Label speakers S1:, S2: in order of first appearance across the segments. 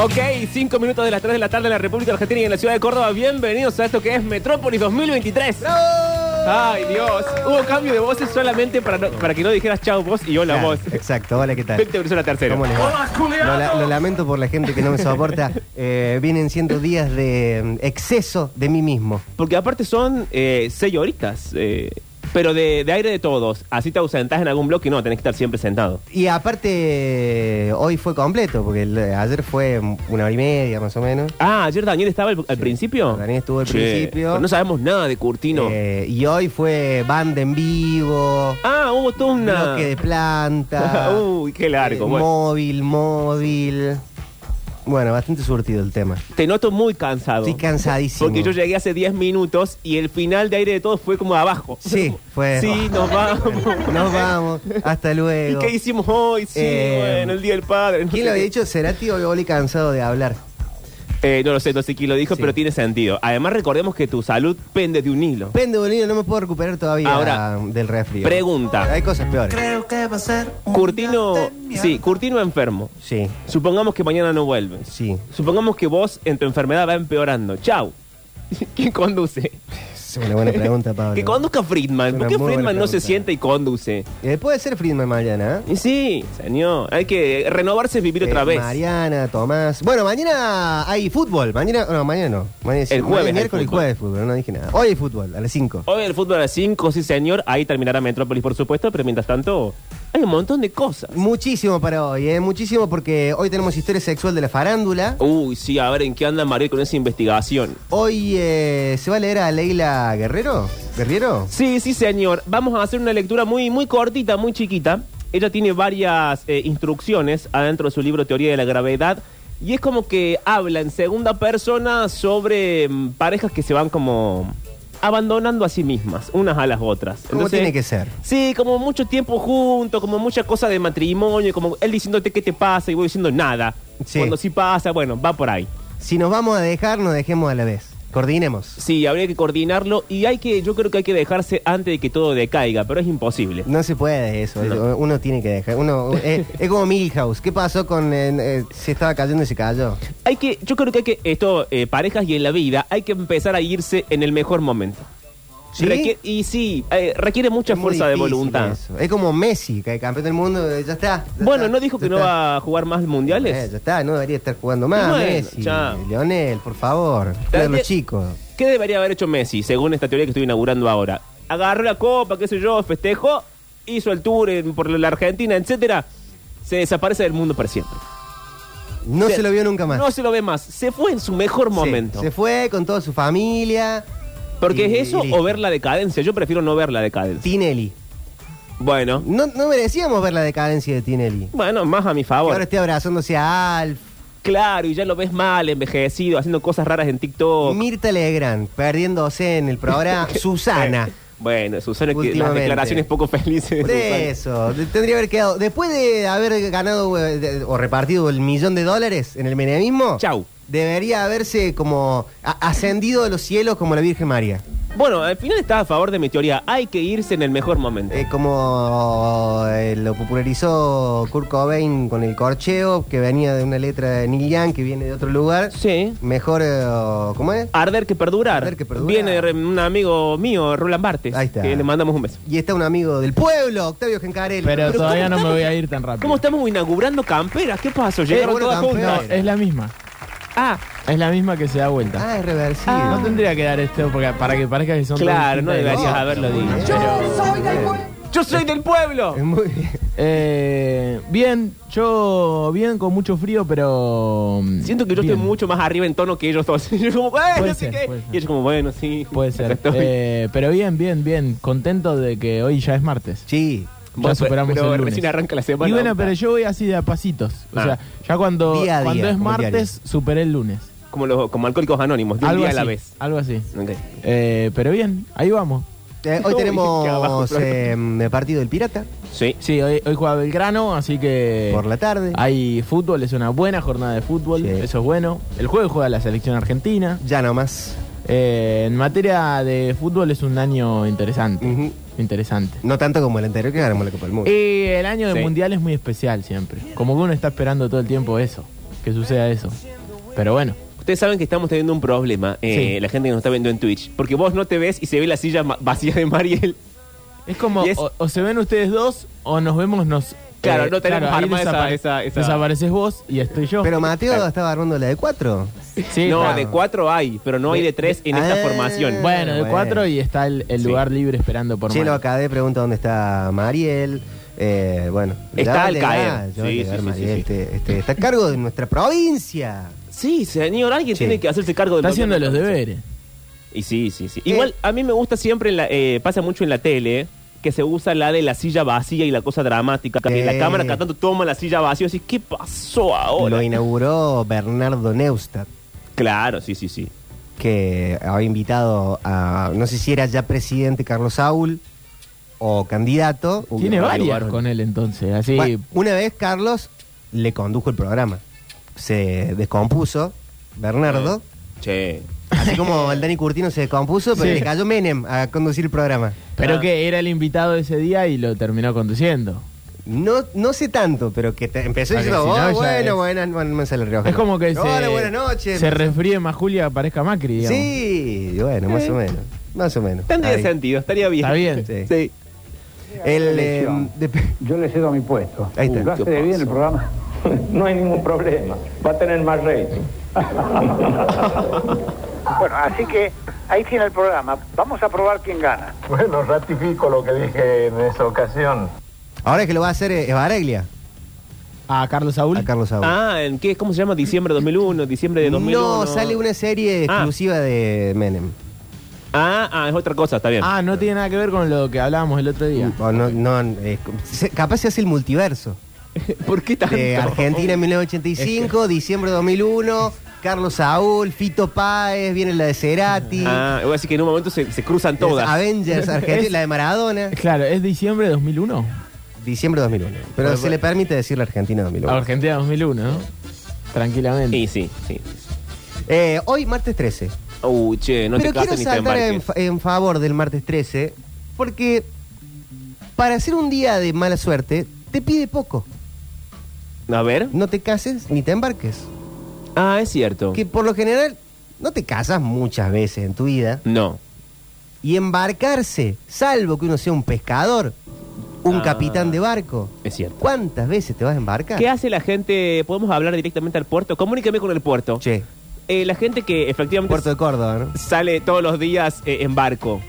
S1: Ok, 5 minutos de las 3 de la tarde en la República Argentina y en la ciudad de Córdoba. Bienvenidos a esto que es Metrópolis 2023. Ay, Dios. Hubo cambio de voces solamente para, no- para que no dijeras chau vos y hola
S2: Claro,
S1: vos.
S2: Exacto, hola, ¿qué tal?
S1: 20 minutos de la tercera.
S2: ¿Cómo les va? Lo, la- lo lamento por la gente que no me soporta. Eh, vienen siendo días de mm, exceso de mí mismo.
S1: Porque aparte son eh, señoritas, eh, pero de, de aire de todos. Así te ausentás en algún bloque y no, tenés que estar siempre sentado.
S2: Y aparte, eh, hoy fue completo, porque el- ayer fue mm, una hora y media más o menos.
S1: Ah, ayer Daniel estaba al, al principio.
S2: Daniel estuvo al
S1: Che,
S2: principio.
S1: pero no sabemos nada de Curtino.
S2: Eh, y hoy fue banda en vivo,
S1: ah, hubo toda una.
S2: bloque de planta,
S1: Uy, qué largo.
S2: eh,
S1: bueno.
S2: móvil, móvil. Bueno, bastante surtido el tema.
S1: Te noto muy cansado.
S2: Estoy cansadísimo.
S1: Porque yo llegué hace 10 minutos y el final de aire de todos fue como abajo.
S2: Sí, fue-
S1: Sí, nos vamos.
S2: Nos vamos, hasta
S1: ¿Y
S2: luego.
S1: qué hicimos hoy? Sí,
S2: Eh,
S1: bueno, el Día del Padre. no
S2: ¿Quién
S1: sé
S2: lo había
S1: qué.
S2: dicho? Cerati o Oli cansado de hablar.
S1: Eh, no lo sé, no sé quién lo dijo,
S2: Sí.
S1: pero tiene sentido. Además, recordemos que tu salud pende de un hilo.
S2: Pende, boludo, no me puedo recuperar todavía
S1: Ahora,
S2: del refri.
S1: Pregunta.
S2: Hay cosas peores.
S3: Creo que va a ser un día
S1: Curtino,
S3: de
S1: sí,
S3: mierda.
S1: Curtino enfermo.
S2: Sí,
S1: Supongamos que mañana no vuelves.
S2: sí.
S1: Supongamos que vos en tu enfermedad va empeorando. Chau. ¿Quién conduce?
S2: Es una buena pregunta, Pablo.
S1: Que conduzca Friedman.
S2: Es
S1: ¿Por
S2: una
S1: qué
S2: muy buena
S1: Friedman no se
S2: pregunta.
S1: sienta y conduce?
S2: Eh, puede ser Friedman mañana, ¿eh?
S1: Y sí, señor. Hay que renovarse y vivir otra
S2: Eh,
S1: vez.
S2: Mariana, Tomás. Bueno, mañana hay fútbol. Mañana, no, mañana no. Mañana sí.
S1: El jueves
S2: Mañana
S1: hay
S2: miércoles y
S1: fútbol.
S2: jueves fútbol, no dije nada. Hoy hay fútbol, a las 5.
S1: Hoy el fútbol a las 5, sí, señor. Ahí terminará Metrópolis, por supuesto. Pero mientras tanto, hay un montón de cosas.
S2: Muchísimo para hoy, ¿eh? Muchísimo porque hoy tenemos historia sexual de la farándula.
S1: Uy, sí, a ver en qué anda Mariel con esa investigación.
S2: Hoy eh, se va a leer a Leila Guerrero. ¿Guerrero?
S1: Sí, sí, señor. Vamos a hacer una lectura muy, muy cortita, muy chiquita. Ella tiene varias eh, instrucciones adentro de su libro Teoría de la Gravedad. Y es como que habla en segunda persona sobre mm, parejas que se van como abandonando a sí mismas, unas a las otras.
S2: ¿Cómo tiene que ser?
S1: Sí, como mucho tiempo juntos, como mucha cosa de matrimonio, como él diciéndote qué te pasa y voy diciendo nada.
S2: Sí.
S1: Cuando sí pasa, bueno, va por ahí.
S2: Si nos vamos a dejar, nos dejemos a la vez. Coordinemos.
S1: Sí, habría que coordinarlo y hay que, yo creo que hay que dejarse antes de que todo decaiga, pero es imposible.
S2: No se puede eso,
S1: No.
S2: uno tiene que dejar. Uno, eh, es como Milhouse, ¿qué pasó con eh, eh, se estaba cayendo y se cayó?
S1: Hay que, yo creo que hay que, esto, eh, parejas y en la vida, hay que empezar a irse en el mejor momento.
S2: ¿Sí?
S1: Requiere- y sí, eh, requiere mucha
S2: Es muy
S1: fuerza de
S2: difícil
S1: voluntad.
S2: eso. Es como Messi, que es campeón del mundo, eh, ya está. ya
S1: Bueno,
S2: está,
S1: ¿no dijo
S2: ya
S1: que no
S2: está.
S1: va a jugar más
S2: Eh,
S1: mundiales?
S2: ya está, no debería estar jugando más,
S1: Bueno,
S2: Messi.
S1: ya.
S2: Leonel, por favor, juega a los chicos.
S1: ¿Qué debería haber hecho Messi, según esta teoría que estoy inaugurando ahora? Agarró la copa, qué sé yo, festejó, hizo el tour en- por la Argentina, etcétera. Se desaparece del mundo para siempre.
S2: No
S1: Sí.
S2: se lo vio nunca más.
S1: No se lo ve más. Se fue en su mejor
S2: Sí,
S1: momento.
S2: Se fue con toda su familia.
S1: Porque
S2: Y-
S1: es eso
S2: y
S1: o
S2: listo.
S1: ver la decadencia. Yo prefiero no ver la decadencia.
S2: Tinelli.
S1: Bueno,
S2: No, no merecíamos ver la decadencia de Tinelli.
S1: bueno, más a mi
S2: Que ahora
S1: favor.
S2: esté abrazándose a Alf.
S1: Claro, y ya lo ves mal, envejecido, haciendo cosas raras en TikTok.
S2: Mirta Legrand, perdiéndose en el programa. Susana.
S1: Bueno, Susana, que las
S2: Últimamente.
S1: declaraciones poco felices. de
S2: Por
S1: Susana.
S2: eso, de- tendría que haber quedado. Después de haber ganado eh, de- o repartido el millón de dólares en el menemismo,
S1: Chau.
S2: debería haberse como a- ascendido de los cielos como la Virgen María.
S1: Bueno, al final estás a favor de mi teoría. Hay que irse en el mejor momento.
S2: Eh, como eh, lo popularizó Kurt Cobain con el corcheo, que venía de una letra de Neil Young, que viene de otro lugar.
S1: Sí.
S2: Mejor, eh, ¿cómo es?
S1: Arder que perdurar.
S2: Arder que perdurar.
S1: Viene re- un amigo mío, Roland Bartes.
S2: Ahí está.
S1: Que le mandamos un beso.
S2: Y está un amigo del pueblo, Octavio Gencarelli.
S4: Pero,
S1: Pero
S4: todavía
S1: ¿cómo
S4: no me
S1: estamos?
S4: voy a ir tan rápido.
S1: ¿Cómo estamos inaugurando camperas? ¿Qué pasó? Llegaron
S2: Eh, bueno,
S1: todas
S2: campera.
S1: juntas.
S2: No,
S4: Es la misma.
S1: Ah,
S4: Es la misma que se da vuelta.
S2: Ah, es reversible.
S4: No tendría que dar esto porque para que parezca que son
S1: claro,
S4: todas
S1: no
S4: distintas.
S1: deberías
S2: No,
S1: haberlo dicho.
S2: no.
S1: Pero-
S3: Soy del pueblo.
S1: Yo soy del pueblo.
S2: Es muy bien.
S4: Eh, bien, yo bien con mucho frío, pero mm,
S1: Siento que yo
S4: bien.
S1: estoy mucho más arriba en tono que ellos dos. yo como, bueno,
S4: Puede
S1: sí
S4: ser,
S1: que-
S4: puede ser.
S1: Y ellos como, bueno, sí.
S4: Puede
S1: acá
S4: ser.
S1: estoy.
S4: Eh, pero bien, bien, bien. Contento de que hoy ya es martes.
S2: Sí.
S4: Ya superamos
S1: pero
S4: el lunes.
S1: recién arranca la semana.
S4: Y bueno,
S1: Opa.
S4: pero yo voy así de a pasitos. O
S1: Ah.
S4: sea, ya cuando,
S2: Día a
S4: cuando
S2: día,
S4: es
S2: como
S4: martes, superé el lunes.
S1: Como, los, como alcohólicos anónimos, de un
S4: algo
S1: día
S4: así,
S1: a la vez.
S4: Algo así.
S1: Ok.
S4: Eh, pero bien, ahí vamos.
S2: Eh, hoy
S1: Uy, qué abajo,
S2: tenemos
S1: Flor.
S2: eh, el partido del Pirata
S1: Sí.
S4: Sí, hoy, hoy juega Belgrano, así
S1: Eh,
S4: que...
S2: por la tarde.
S4: Hay fútbol, es una buena jornada de fútbol,
S2: Sí.
S4: eso es bueno. El jueves juega la selección argentina.
S2: Ya nomás.
S4: Eh, en materia de fútbol es un año interesante.
S2: Ujú.
S4: Interesante.
S2: No tanto como el anterior que ganamos la Copa del
S1: Eh,
S2: Mundo.
S4: Y el año de
S1: Sí.
S4: mundial es muy especial siempre. Como que uno está esperando todo el tiempo eso, que suceda eso. Pero bueno.
S1: Ustedes saben que estamos teniendo un problema, eh,
S4: Sí.
S1: la gente que nos está viendo en Twitch, porque vos no te ves y se ve la silla ma- vacía de Mariel.
S4: Es como,
S1: Y es-
S4: o, o se ven ustedes dos, o nos vemos, nos. eh,
S1: Claro, no tenemos
S4: ahí
S1: armada esa- esa- esa-
S4: Desapareces vos y estoy yo.
S2: Pero Mateo estaba armando la de cuatro.
S4: Sí,
S1: no,
S4: claro.
S1: de cuatro hay, pero no hay de tres en esta
S2: Ah.
S1: formación.
S4: Bueno, de
S2: Bueno.
S4: cuatro y está el, el
S1: Sí.
S4: lugar libre esperando por
S2: Chelo
S4: mano.
S2: Acadé pregunta dónde está Mariel. Eh, bueno,
S1: Está
S2: ya va a
S1: al
S2: llegar,
S1: caer.
S2: ya va a
S1: Sí,
S2: llegar
S1: sí, sí,
S2: Mariel,
S1: sí, sí.
S2: este- este, está a cargo de nuestra provincia.
S1: Sí, señor, alguien
S2: Sí.
S1: tiene que hacerse cargo de
S4: Está haciendo los deberes. Eh.
S1: Y sí, sí, sí. Igual a mí me gusta siempre, en la- eh, pasa mucho en la tele, que se usa la de la silla vacía y la cosa dramática. Que
S2: Sí.
S4: Eh.
S1: la cámara cada tanto toma la silla vacía y decís, ¿qué pasó ahora?
S2: Lo inauguró Bernardo Neustadt,
S1: Claro, sí, sí, sí.
S2: que había invitado a, no sé si era ya presidente Carlos Saúl o candidato.
S4: Tiene
S2: Uy,
S4: varias
S2: Barón.
S4: con él entonces. Así.
S2: Bueno, una vez Carlos le condujo el programa. Se descompuso Bernardo,
S1: Che.
S2: así como el Dani Curtino se descompuso, pero
S4: Sí.
S2: le cayó Menem a conducir el programa.
S4: pero
S1: Ah.
S4: que era el invitado ese día y lo terminó conduciendo.
S2: No, no sé tanto, pero que te- empezó
S4: Porque
S2: diciendo,
S4: Ah, si no,
S2: "Oh,
S4: ya
S2: bueno, buenas,
S4: es-
S2: buenas, buenas, el Rioja".
S4: Es como que se.
S2: Hola, buenas noches.
S4: Se refríe más Julia, parezca Macri, digamos.
S2: Sí, bueno, más o menos. Más o menos.
S1: Tendría
S2: Ahí.
S1: sentido, estaría bien.
S4: Está bien.
S1: Sí.
S2: El, eh, de-
S5: Yo le cedo mi puesto. Uh,
S2: Ahí está.
S5: Lo hace de bien el programa.
S6: No hay ningún problema. Va a tener más rating.
S5: Bueno, así que ahí tiene el programa. Vamos a probar quién gana.
S6: Bueno, ratifico lo que dije en esa ocasión.
S2: ahora es que lo va a hacer eh, es Bareglia
S4: A Carlos Saúl.
S2: a Carlos Saúl.
S1: Ah, ¿en qué? ¿Cómo se llama? Diciembre 2001, diciembre de 2001.
S2: no, sale una serie
S1: Ah.
S2: exclusiva de Menem.
S1: Ah, ah, es otra cosa, está bien.
S4: Ah, no tiene nada que ver con lo que hablábamos el otro día.
S2: O no- no, eh, se- capaz se hace el multiverso.
S1: ¿Por qué tanto?
S2: De Argentina en 1985, diciembre de 2001, Carlos Saúl, Fito Páez, viene la de Cerati,
S1: Ah, voy a decir que en un momento se, se cruzan
S2: las
S1: todas.
S2: Avengers Argentina,
S4: Es-
S2: la de Maradona,
S4: Claro, es diciembre de 2001.
S2: diciembre de 2001. Pero
S4: Bueno,
S2: se
S4: bueno.
S2: le permite decir la Argentina 2001.
S4: Argentina 2001, ¿no? Tranquilamente.
S1: Sí, sí, sí.
S2: Eh, hoy martes 13.
S1: Uy, che, no
S2: Pero
S1: te cases
S2: quiero
S1: ni te
S2: saltar en,
S1: embarques.
S2: fa- en favor del martes 13, porque para hacer un día de mala suerte, te pide poco.
S1: A ver.
S2: No te cases ni te embarques.
S1: Ah, es cierto.
S2: Que por lo general no te casas muchas veces en tu vida.
S1: No.
S2: Y embarcarse, salvo que uno sea un pescador, un
S1: Ah.
S2: capitán de barco.
S1: Es cierto.
S2: ¿Cuántas veces te vas a embarcar?
S1: ¿Qué hace la gente? ¿Podemos hablar directamente al puerto? Comuníqueme con el puerto.
S2: Che,
S1: Eh, la gente que efectivamente
S2: Puerto de Córdoba, ¿no?
S1: sale todos los días eh, en barco.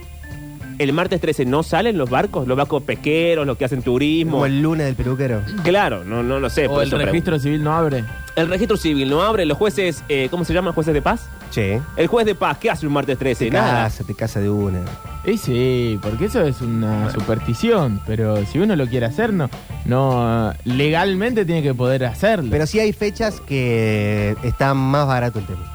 S1: El martes 13 no salen los barcos, los barcos pesqueros, los que hacen turismo.
S2: Como el lunes del peluquero.
S1: Claro, no, no lo sé.
S4: o
S1: por
S4: el
S1: eso pregunto.
S4: registro civil no abre.
S1: El registro civil no abre, los jueces, eh, ¿cómo se llaman? ¿Jueces de paz?
S2: Che.
S1: El juez de paz, ¿qué hace un martes 13?
S2: Te
S1: Nada.
S2: casa, te casa de una.
S4: Y sí, porque eso es una superstición, pero si uno lo quiere hacer, no, no eh, legalmente tiene que poder hacerlo.
S2: Pero sí hay fechas que está más barato el tema.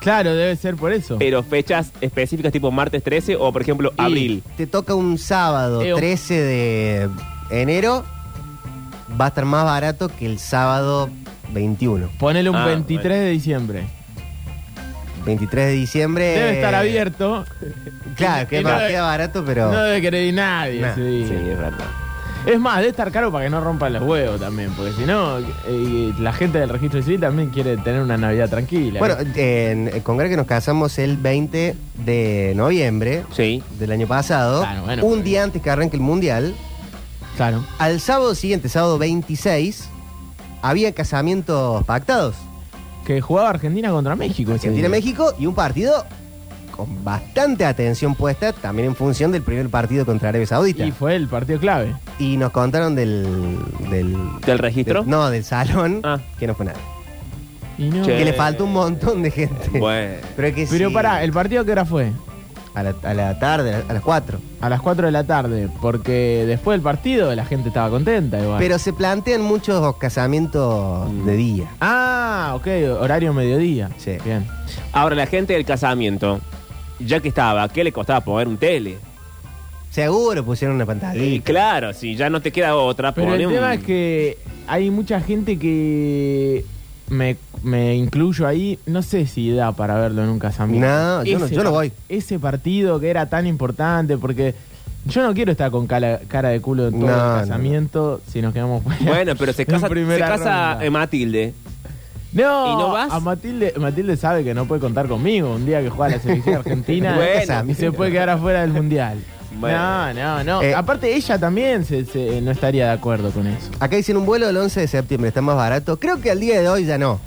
S4: claro, debe ser por eso.
S1: Pero fechas específicas tipo martes 13 o, por ejemplo,
S4: Y-
S1: abril.
S2: te toca un sábado
S4: Eh, o-
S2: 13 de enero, va a estar más barato que el sábado 21.
S4: Ponele un
S1: Ah,
S4: 23
S1: bueno.
S4: de diciembre.
S2: 23 de diciembre.
S4: Debe estar
S2: eh,
S4: abierto.
S2: Claro, que
S4: Y no
S2: más-
S4: debe-
S2: queda barato, pero.
S4: No debe querer ir nadie.
S2: Nah,
S4: ese día.
S1: Sí, es verdad.
S4: Es más, debe estar caro para que no rompan los huevos también, porque si no, eh, la gente del registro civil también quiere tener una Navidad tranquila.
S2: bueno, en- eh, con Greg que nos casamos el 20 de noviembre
S1: Sí.
S2: del año pasado,
S4: Claro, bueno,
S2: un
S4: pero-
S2: día antes que arranque el mundial,
S4: claro.
S2: al sábado siguiente, sábado 26, había casamientos pactados.
S4: Que jugaba Argentina contra México. ese día.
S2: Argentina-México y un partido con bastante atención puesta también en función del primer partido contra Arabia Saudita.
S4: Y
S2: Y,
S4: fue el partido clave.
S2: nos contaron del... ¿Del,
S1: ¿Del registro?
S2: del- no, del salón,
S1: Ah.
S2: que no fue nada.
S4: Y no-
S1: Che.
S2: Que le faltó un montón de gente.
S1: Bueno.
S2: Pero es que
S4: Pero
S2: sí,
S4: pará, ¿el partido qué hora fue?
S2: a, la, a la tarde, a la- a las 4.
S4: A las 4 de la tarde, porque después del partido la gente estaba contenta igual.
S2: Pero se plantean muchos casamientos
S1: Mm.
S2: de día.
S4: Ah, ok, horario mediodía.
S2: Sí.
S4: Bien.
S1: Ahora, la gente del casamiento, ya que estaba, ¿qué le costaba poner un tele?
S2: Seguro pusieron una
S1: Y
S2: pantalla.
S1: claro, si ya no te queda otra,
S4: Pero
S1: poné
S4: el
S1: un-
S4: tema es que hay mucha gente que me, me incluyo ahí, no sé si da para verlo en un casamiento.
S2: No, yo no-
S4: Ese
S2: yo no
S4: par-
S2: voy.
S4: Ese partido que era tan importante, porque yo no quiero estar con cala- cara de culo en todo
S2: No, no,
S4: el casamiento si nos quedamos fuera
S1: Bueno, pero se
S4: en
S1: casa, se
S4: primera
S1: casa
S4: ronda.
S1: eh, Matilde.
S4: No,
S1: ¿Y no vas?
S4: a Matilde, Matilde sabe que no puede contar conmigo un día que juega la selección argentina
S1: Bueno.
S4: y se puede quedar afuera del mundial.
S1: Bueno.
S4: No, no, no.
S2: Eh,
S4: Aparte ella también se- se- eh, no estaría de acuerdo con eso.
S2: Acá dicen un vuelo del 11 de septiembre, está más barato. Creo que al día de hoy ya no.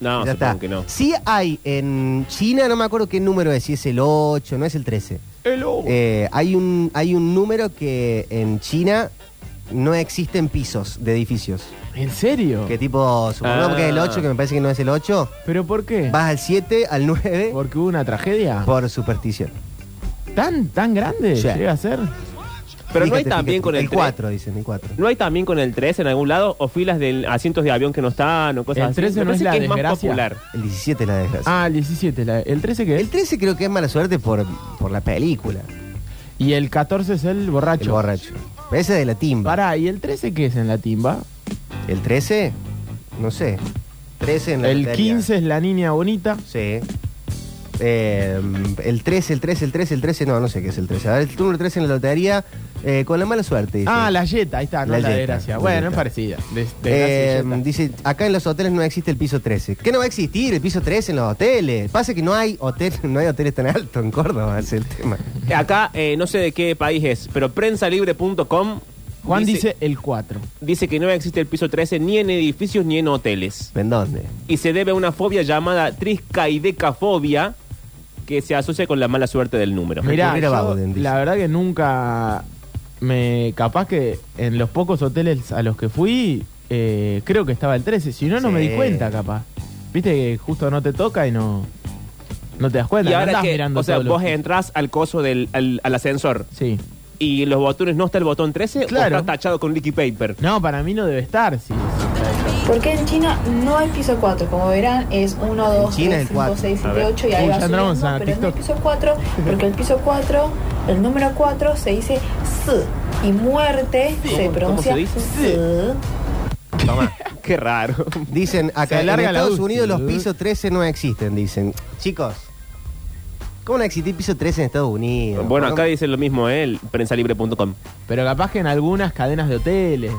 S1: No, supongo
S2: ya está.
S1: que no.
S2: Sí hay en China, no me acuerdo qué número es, si es el 8, no es el 13. Eh, hay, un, hay un número que en China no existen pisos de edificios.
S4: ¿En serio?
S1: Oh.
S2: Que tipo, supongamos
S1: Ah.
S2: que es el 8, que me parece que no es el 8,
S4: ¿Pero por
S1: Eh.
S4: qué?
S2: vas al 7, al 9,
S4: ¿Porque hubo una tragedia?
S2: por superstición.
S4: ¿Tan, tan grande
S2: Sí.
S4: llega a ser?
S1: Pero no
S2: Fíjate,
S1: hay también
S2: fíjate,
S1: con el,
S2: El
S1: tre-
S2: 4, dicen, el 4.
S1: ¿No hay también con el 3 en algún lado? ¿O filas de asientos de avión que no están o cosas
S4: El 13
S1: así? Me
S4: no es
S1: parece
S4: la
S1: que es más
S4: desgracia.
S1: popular.
S2: El 17 es la desgracia.
S4: Ah, el 17. la- ¿El 13
S1: ¿eh?
S4: qué
S2: El
S4: es?
S2: 13 creo que es mala suerte por, por la película.
S4: Y el 14 es el borracho.
S2: El borracho. Ese de la timba.
S4: Pará, ¿y el 13 qué es en la timba?
S2: ¿El 13? No sé. 13 en la
S4: el
S2: lotería.
S4: 15 es la niña bonita.
S2: Sí. Eh, el 13, el 13, el 13, el 13, no, no sé qué es el 13. A ver, el número 13 en la lotería, eh, con la mala suerte. dice.
S4: Ah, la yeta, ahí está, no
S2: La
S4: la,
S2: yeta,
S4: desgracia.
S2: la
S4: Bueno,
S2: yeta.
S4: es parecida. Des- desgracia y
S2: Eh,
S4: yeta.
S2: dice, acá en los hoteles no existe el piso 13. ¿Qué no va a existir el piso 13 en los hoteles? Pasa que no hay hotel, no hay hoteles tan altos en Córdoba, ese es el tema.
S1: Acá, eh, no sé de qué país es, pero prensalibre.com
S4: Juan dice, el 4.
S1: dice que no existe el piso 13 ni en edificios ni en hoteles.
S2: ¿En dónde?
S1: Y se debe a una fobia llamada triscaidecafobia que se asocia con la mala suerte del número.
S2: Mira.
S4: Mirá,
S2: Mira
S4: yo,
S2: Bowden, dice.
S4: la verdad que nunca me... Capaz que en los pocos hoteles a los que fui, eh, creo que estaba el 13. Si no, no me
S2: Sí.
S4: di cuenta, capaz. Viste que justo no te toca y no, no te das cuenta.
S1: Y
S4: no
S1: ahora
S4: andás
S1: que,
S4: mirando
S1: o sea,
S4: todos los-
S1: vos entrás al coso del al, al ascensor
S4: Sí.
S1: y los botones no está el botón 13
S4: Claro.
S1: o está tachado con liquid paper.
S4: No, para mí no debe estar. Sí,
S7: Porque en China no hay piso 4, como verán es 1, 2,
S2: China
S7: 3,
S2: el
S7: 5,
S2: cuatro.
S7: 6,
S1: A
S7: 7,
S1: ver.
S7: 8 y
S4: Uy,
S7: ahí va
S4: ya entramos
S7: subiendo,
S4: a
S7: pero no hay
S4: TikTok.
S7: piso 4, porque el piso 4, el número 4 se dice S y muerte se
S1: ¿Cómo- cómo se
S7: pronuncia
S1: dice?
S7: S.
S1: Toma, qué raro.
S2: Dicen, acá en
S4: alarga la
S2: Estados
S4: UCI,
S2: Unidos los
S4: ¿eh?
S2: pisos 13 no existen, dicen. Chicos, ¿cómo no existe el piso 13 en Estados Unidos?
S1: Bueno,
S2: Por-
S1: acá dice lo mismo él, prensalibre.com.
S4: Pero capaz que en algunas cadenas de hoteles,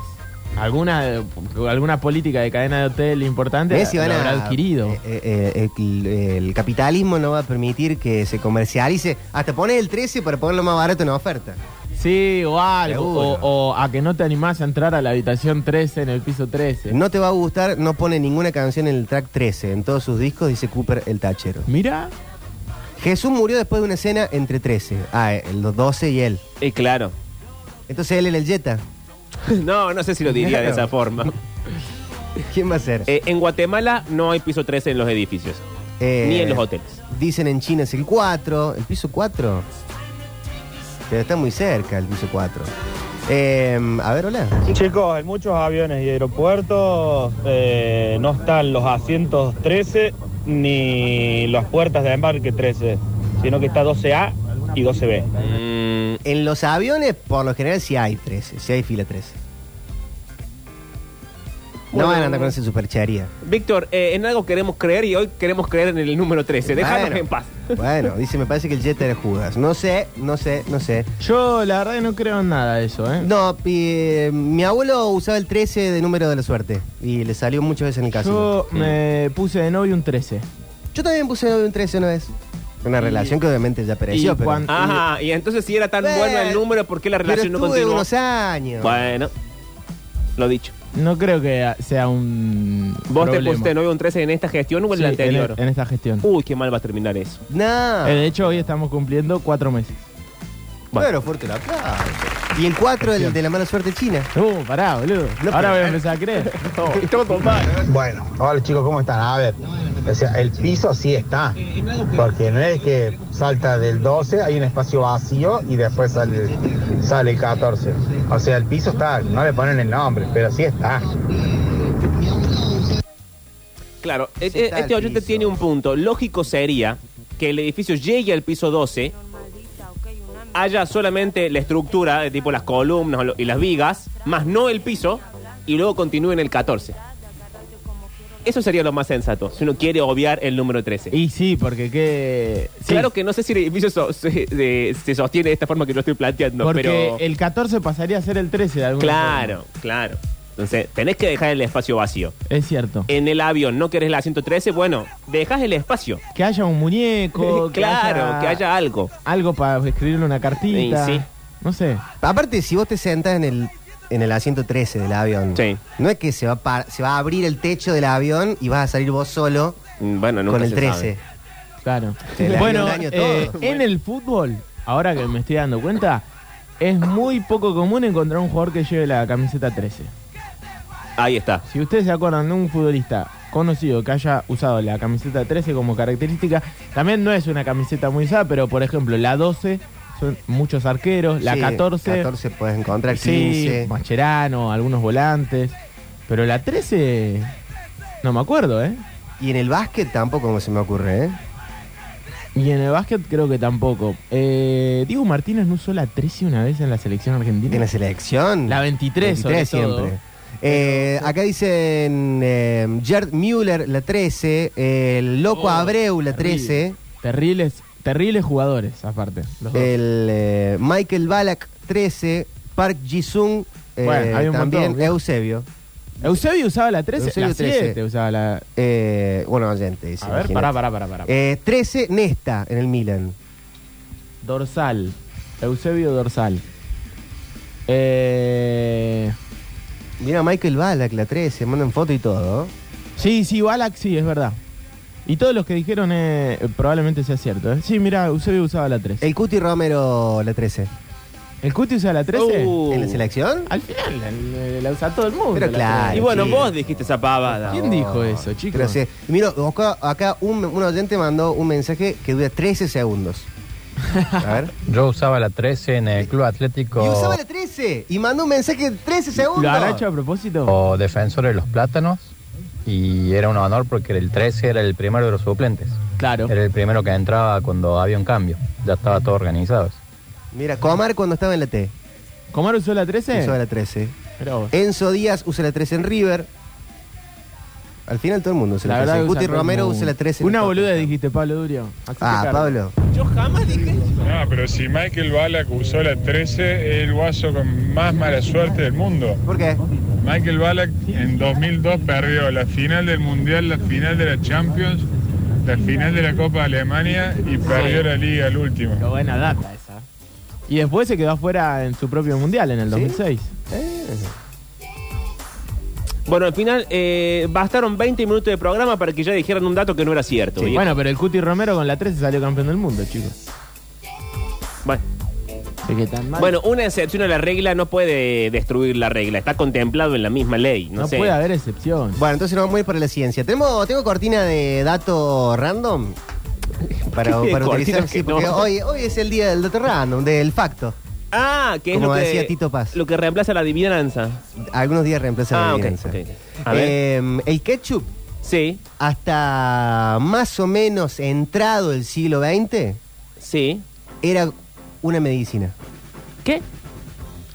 S4: alguna, alguna política de cadena de hotel importante
S2: Messi
S4: lo
S2: van
S4: habrá
S2: a-
S4: adquirido.
S2: eh, eh, el, el capitalismo no va a permitir que se comercialice. Hasta pones el 13 para ponerlo más barato en la oferta.
S4: sí, o algo.
S2: Seguro.
S4: O, o a que no te animás a entrar a la habitación 13 en el piso 13.
S2: No te va a gustar, no pone ninguna canción en el track 13. En todos sus discos dice Cooper el tachero.
S4: Mira,
S2: Jesús murió después de una cena entre 13. Ah, eh, los 12 y él.
S1: Eh, claro.
S2: Entonces él era el Jetta.
S1: No, no sé si lo diría de esa forma.
S2: ¿Quién va a ser?
S1: Eh, en Guatemala no hay piso 13 en los edificios,
S2: Eh,
S1: ni en los hoteles.
S2: Dicen en China es el 4, el piso 4. Pero está muy cerca el piso 4. Eh, a ver, hola.
S8: Chicos, en muchos aviones y aeropuertos eh, no están los asientos 13 ni las puertas de embarque 13, sino que está 12A y 12B.
S1: Mm,
S2: En los aviones, por lo general, sí hay 13, sí hay fila 13. No van a andar con esa superchería.
S1: Víctor, eh, en algo queremos creer y hoy queremos creer en el número 13. Déjanos
S2: Bueno.
S1: en paz.
S2: Bueno, dice, me parece que el Jetta era Judas. No sé, no sé, no sé.
S4: yo la verdad que no creo en nada de eso, ¿eh?
S2: No, pi- mi abuelo usaba el 13 de número de la suerte y le salió muchas veces en el caso.
S4: Yo me
S1: Mm.
S4: puse de novio un 13.
S2: Yo también puse un 13 una vez. Una relación que obviamente ya pereció,
S4: y
S2: pero...
S4: cuan-
S1: Ajá, y entonces si era tan
S2: Bueno,
S1: bueno el número, ¿por qué la relación
S2: pero
S1: no
S2: estuve
S1: continuó?
S2: unos años.
S1: Bueno, lo dicho.
S4: No creo que sea un.
S1: ¿Vos te
S4: problema.
S1: pusiste de novio un 13 en esta gestión o en
S4: Sí,
S1: la anterior? Ah.
S4: en, en esta gestión.
S1: Uy, qué mal va a terminar eso.
S2: No.
S4: Eh, de hecho, hoy estamos cumpliendo cuatro meses.
S2: Bueno, fuerte el aplauso. Y el 4, el de la mala suerte china.
S4: Uh, pará, boludo.
S2: No, pero-
S4: Ahora voy
S1: eh,
S4: a empezar a creer.
S1: Todo mal.
S9: Bueno, hola chicos, ¿cómo están? A ver, o sea, el piso sí está, porque no es que salta del 12, hay un espacio vacío y después sale, sale el 14. O sea, el piso está, no le ponen el nombre, pero sí está.
S1: Claro,
S2: Sí
S1: este,
S2: está el
S1: este oyente
S2: piso.
S1: tiene un punto. Lógico sería que el edificio llegue al piso 12, haya solamente la estructura, de tipo las columnas o lo- y las vigas, más no el piso, y luego continúe en el 14. Eso sería lo más sensato, si uno quiere obviar el número 13.
S4: Y sí, porque qué. sí,
S1: Claro que no sé si el edificio so- se, de- se sostiene de esta forma que yo estoy planteando,
S4: Porque
S1: pero...
S4: el 14 pasaría a ser el 13 de alguna
S1: Claro, claro. Entonces, tenés que dejar el espacio vacío.
S4: Es cierto.
S1: En el avión no querés la 113, bueno, dejás el espacio.
S4: Que haya un muñeco. que
S1: claro, que haya algo.
S4: Algo para escribirle una cartita.
S1: Sí, sí.
S4: No sé.
S2: Aparte, si vos te sentás en el, en el asiento 13 del avión,
S1: Sí.
S2: no es que se va, a par- se va a abrir el techo del avión y vas a salir vos solo
S1: Mm, Bueno, nunca
S2: con el
S1: se
S2: 13.
S1: sabe.
S4: Claro.
S2: Te la-
S4: Bueno,
S2: un año
S4: eh,
S2: todo.
S4: en el fútbol, ahora que me estoy dando cuenta, es muy poco común encontrar un jugador que lleve la camiseta 13.
S1: Ahí está.
S4: Si ustedes se acuerdan de un futbolista conocido que haya usado la camiseta 13 como característica, también no es una camiseta muy usada, pero por ejemplo la 12 son muchos arqueros, la
S2: Sí,
S4: 14,
S2: 14 puedes encontrar,
S4: sí,
S2: 15.
S4: Mascherano, algunos volantes, pero la 13 no me acuerdo, ¿eh?
S2: Y en el básquet tampoco como se me ocurre, ¿eh?
S4: Y en el básquet creo que tampoco. Eh, Diego Martínez no usó la 13 una vez en la selección argentina.
S2: En la selección.
S4: La 23 sobre todo.
S2: siempre. Eh, acá dicen eh, Gerd Müller, la 13. El Loco
S4: Oh,
S2: Abreu, la
S4: terrible.
S2: 13.
S4: Terribles, terribles jugadores, aparte. los dos.
S2: El eh, Michael Balak, 13. Park Jisung, eh,
S4: Bueno, hay un
S2: también
S4: montón, bien.
S2: Eusebio.
S4: Eusebio usaba la 13,
S2: Eusebio
S4: la
S2: 13.
S4: 7 usaba la...
S2: Eh, bueno, oyente, dice,
S4: A ver,
S2: imagínate.
S4: pará, pará, pará, pará.
S2: Eh, 13, Nesta, en el Milan.
S4: Dorsal. Eusebio Dorsal. Eh...
S2: Mira, Michael Balak, la 13. Mandan foto y todo.
S4: Sí, sí, Balak, sí, es verdad. Y todos los que dijeron eh, probablemente sea cierto. ¿eh? Sí, mira, Eusebio usaba la 13.
S2: El Cuti Romero, la 13.
S4: ¿El Cuti usaba la 13?
S1: Uh.
S2: ¿En la selección?
S4: Al final, la, la usa todo el mundo.
S2: Pero
S4: la
S2: claro.
S4: 13.
S1: Y bueno,
S2: sí.
S1: vos dijiste esa pavada.
S4: ¿Quién dijo eso, chicos?
S2: Pero sí. Oh, Mira, acá, acá un, un oyente mandó un mensaje que dura 13 segundos. A ver.
S10: Yo usaba la 13 en el Club Atlético
S2: Y usaba la 13 y mandó un mensaje de 13 segundos.
S4: ¿Lo habrá hecho a propósito?
S10: o Defensor de los Plátanos y era un honor porque el 13 era el primero de los suplentes.
S4: Claro.
S10: Era el primero que entraba cuando había un cambio. Ya estaba todo organizado.
S2: Mira, Comar cuando estaba en la T.
S4: ¿Comar usó la 13?
S2: Usaba la 13.
S4: Mirá vos.
S2: Enzo Díaz usa la 13 en River. Al final todo el mundo usa
S4: La
S2: la,
S4: verdad
S2: 13.
S4: que usa
S2: Guti
S4: todo el
S2: Romero
S4: mundo.
S2: usa la 13. en
S4: Una
S2: el
S4: boluda
S2: Tottenham.
S4: dijiste, Pablo Durio. Así
S2: Ah,
S4: que, claro.
S2: Pablo.
S1: Yo jamás dije eso.
S11: No, pero si Michael Ballack usó la 13, es el guaso con más mala suerte del mundo.
S2: ¿Por qué?
S11: Michael Ballack en 2002 perdió la final del Mundial, la final de la Champions, la final de la Copa de Alemania y perdió la Liga al último.
S4: Qué buena data esa. Y después se quedó afuera en su propio mundial en el 2006.
S1: Bueno, al final eh, bastaron 20 minutos de programa para que ya dijeran un dato que no era cierto.
S4: Sí,
S1: Y-
S4: Bueno, pero el Cuti Romero con la 13 salió campeón del mundo, chicos.
S1: bueno.
S4: Así que tan mal.
S1: Bueno, una excepción a la regla no puede destruir la regla. Está contemplado en la misma ley. No,
S4: no
S1: sé.
S4: puede haber excepción.
S2: Bueno, entonces nos vamos a ir para la ciencia. ¿Tenemos, ¿Tengo cortina de dato random? Para,
S1: ¿Qué
S2: para
S1: cortina
S2: utilizar, sí,
S1: que no?
S2: porque hoy, hoy es el día del dato random, del facto.
S1: Ah, que es
S2: Como
S1: lo que,
S2: decía Tito Paz.
S1: lo que reemplaza la adivinanza.
S2: Algunos días reemplazan
S1: Ah,
S2: la
S1: ok,
S2: evidencia.
S1: ok. A ver.
S2: Eh, el ketchup,
S1: Sí,
S2: hasta más o menos entrado el siglo XX,
S1: sí.
S2: era una medicina.
S1: ¿Qué?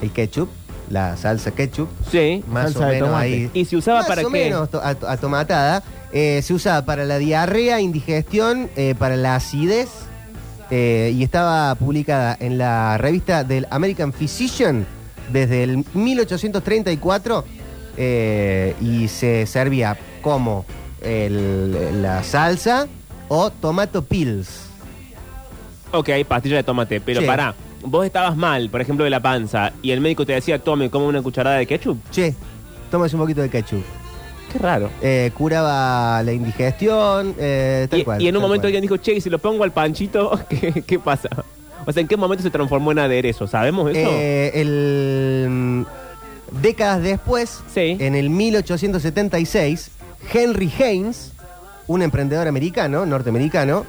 S2: El ketchup, la salsa ketchup,
S1: Sí.
S2: más
S4: Salsa
S2: o
S4: de
S2: menos
S4: tomate.
S2: ahí.
S1: ¿Y se usaba
S2: más
S1: para
S2: o
S1: qué?
S2: menos to- a, a tomatada. eh, se usaba para la diarrea, indigestión, eh, para la acidez. eh, y estaba publicada en la revista del American Physician desde el 1834. eh, y se servía como el- la salsa o tomato pills.
S1: Ok, hay pastillas de tomate, pero
S2: Sí.
S1: pará. Vos estabas mal, por ejemplo, de la panza, y el médico te decía, tome, come una cucharada de ketchup.
S2: Che, tomas un poquito de ketchup.
S1: Qué raro.
S2: Eh, curaba la indigestión, eh, tal
S1: Y,
S2: cual.
S1: y en un
S2: tal
S1: momento
S2: cual.
S1: alguien dijo, che, y si lo pongo al panchito, ¿qué, qué pasa? O sea, ¿en qué momento se transformó en aderezo? ¿Sabemos eso?
S2: Eh, el, mm, décadas después,
S1: Sí.
S2: en el 1876, Henry Haynes, un emprendedor americano, norteamericano,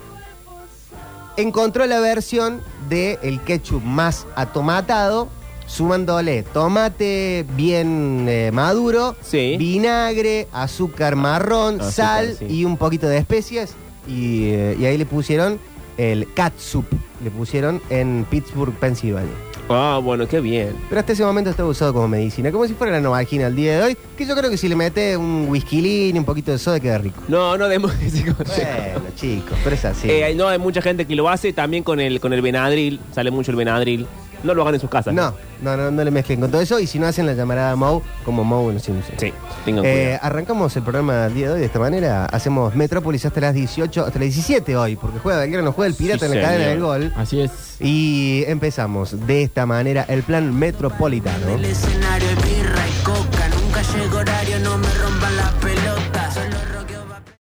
S2: encontró la versión del el ketchup más atomatado, sumándole tomate bien eh, maduro,
S1: Sí.
S2: vinagre, azúcar marrón,
S1: Azúcar,
S2: sal
S1: sí.
S2: y un poquito de especies. Y, eh, y ahí le pusieron el catsup, le pusieron en Pittsburgh, Pensilvania.
S1: Ah, bueno, qué bien.
S2: Pero hasta ese momento estaba usado como medicina, como si fuera la novagina al día de hoy, que yo creo que si le metes un whisky un poquito de soda queda rico.
S1: No, no demos ese consejo.
S2: Bueno, chicos, pero es así.
S1: Eh, no, hay mucha gente que lo hace también con el, con el Benadryl. Sale mucho el Benadryl. No lo hagan en sus casas.
S2: no, No, no, no le mezclen con todo eso. Y si no hacen la llamarada a Mau, como Mau en los Simpsons.
S1: Sí, tengan
S2: Eh,
S1: cuidado.
S2: arrancamos el programa del día de hoy de esta manera. Hacemos Metrópolis hasta las 18, hasta las 17 hoy, porque juega Belgrano, juega el Pirata
S4: Sí,
S2: en la cadena del
S4: señor.
S2: gol.
S4: Así es.
S2: Y empezamos de esta manera el plan metropolitano.
S12: escenario es birra y coca. Nunca llega horario, no me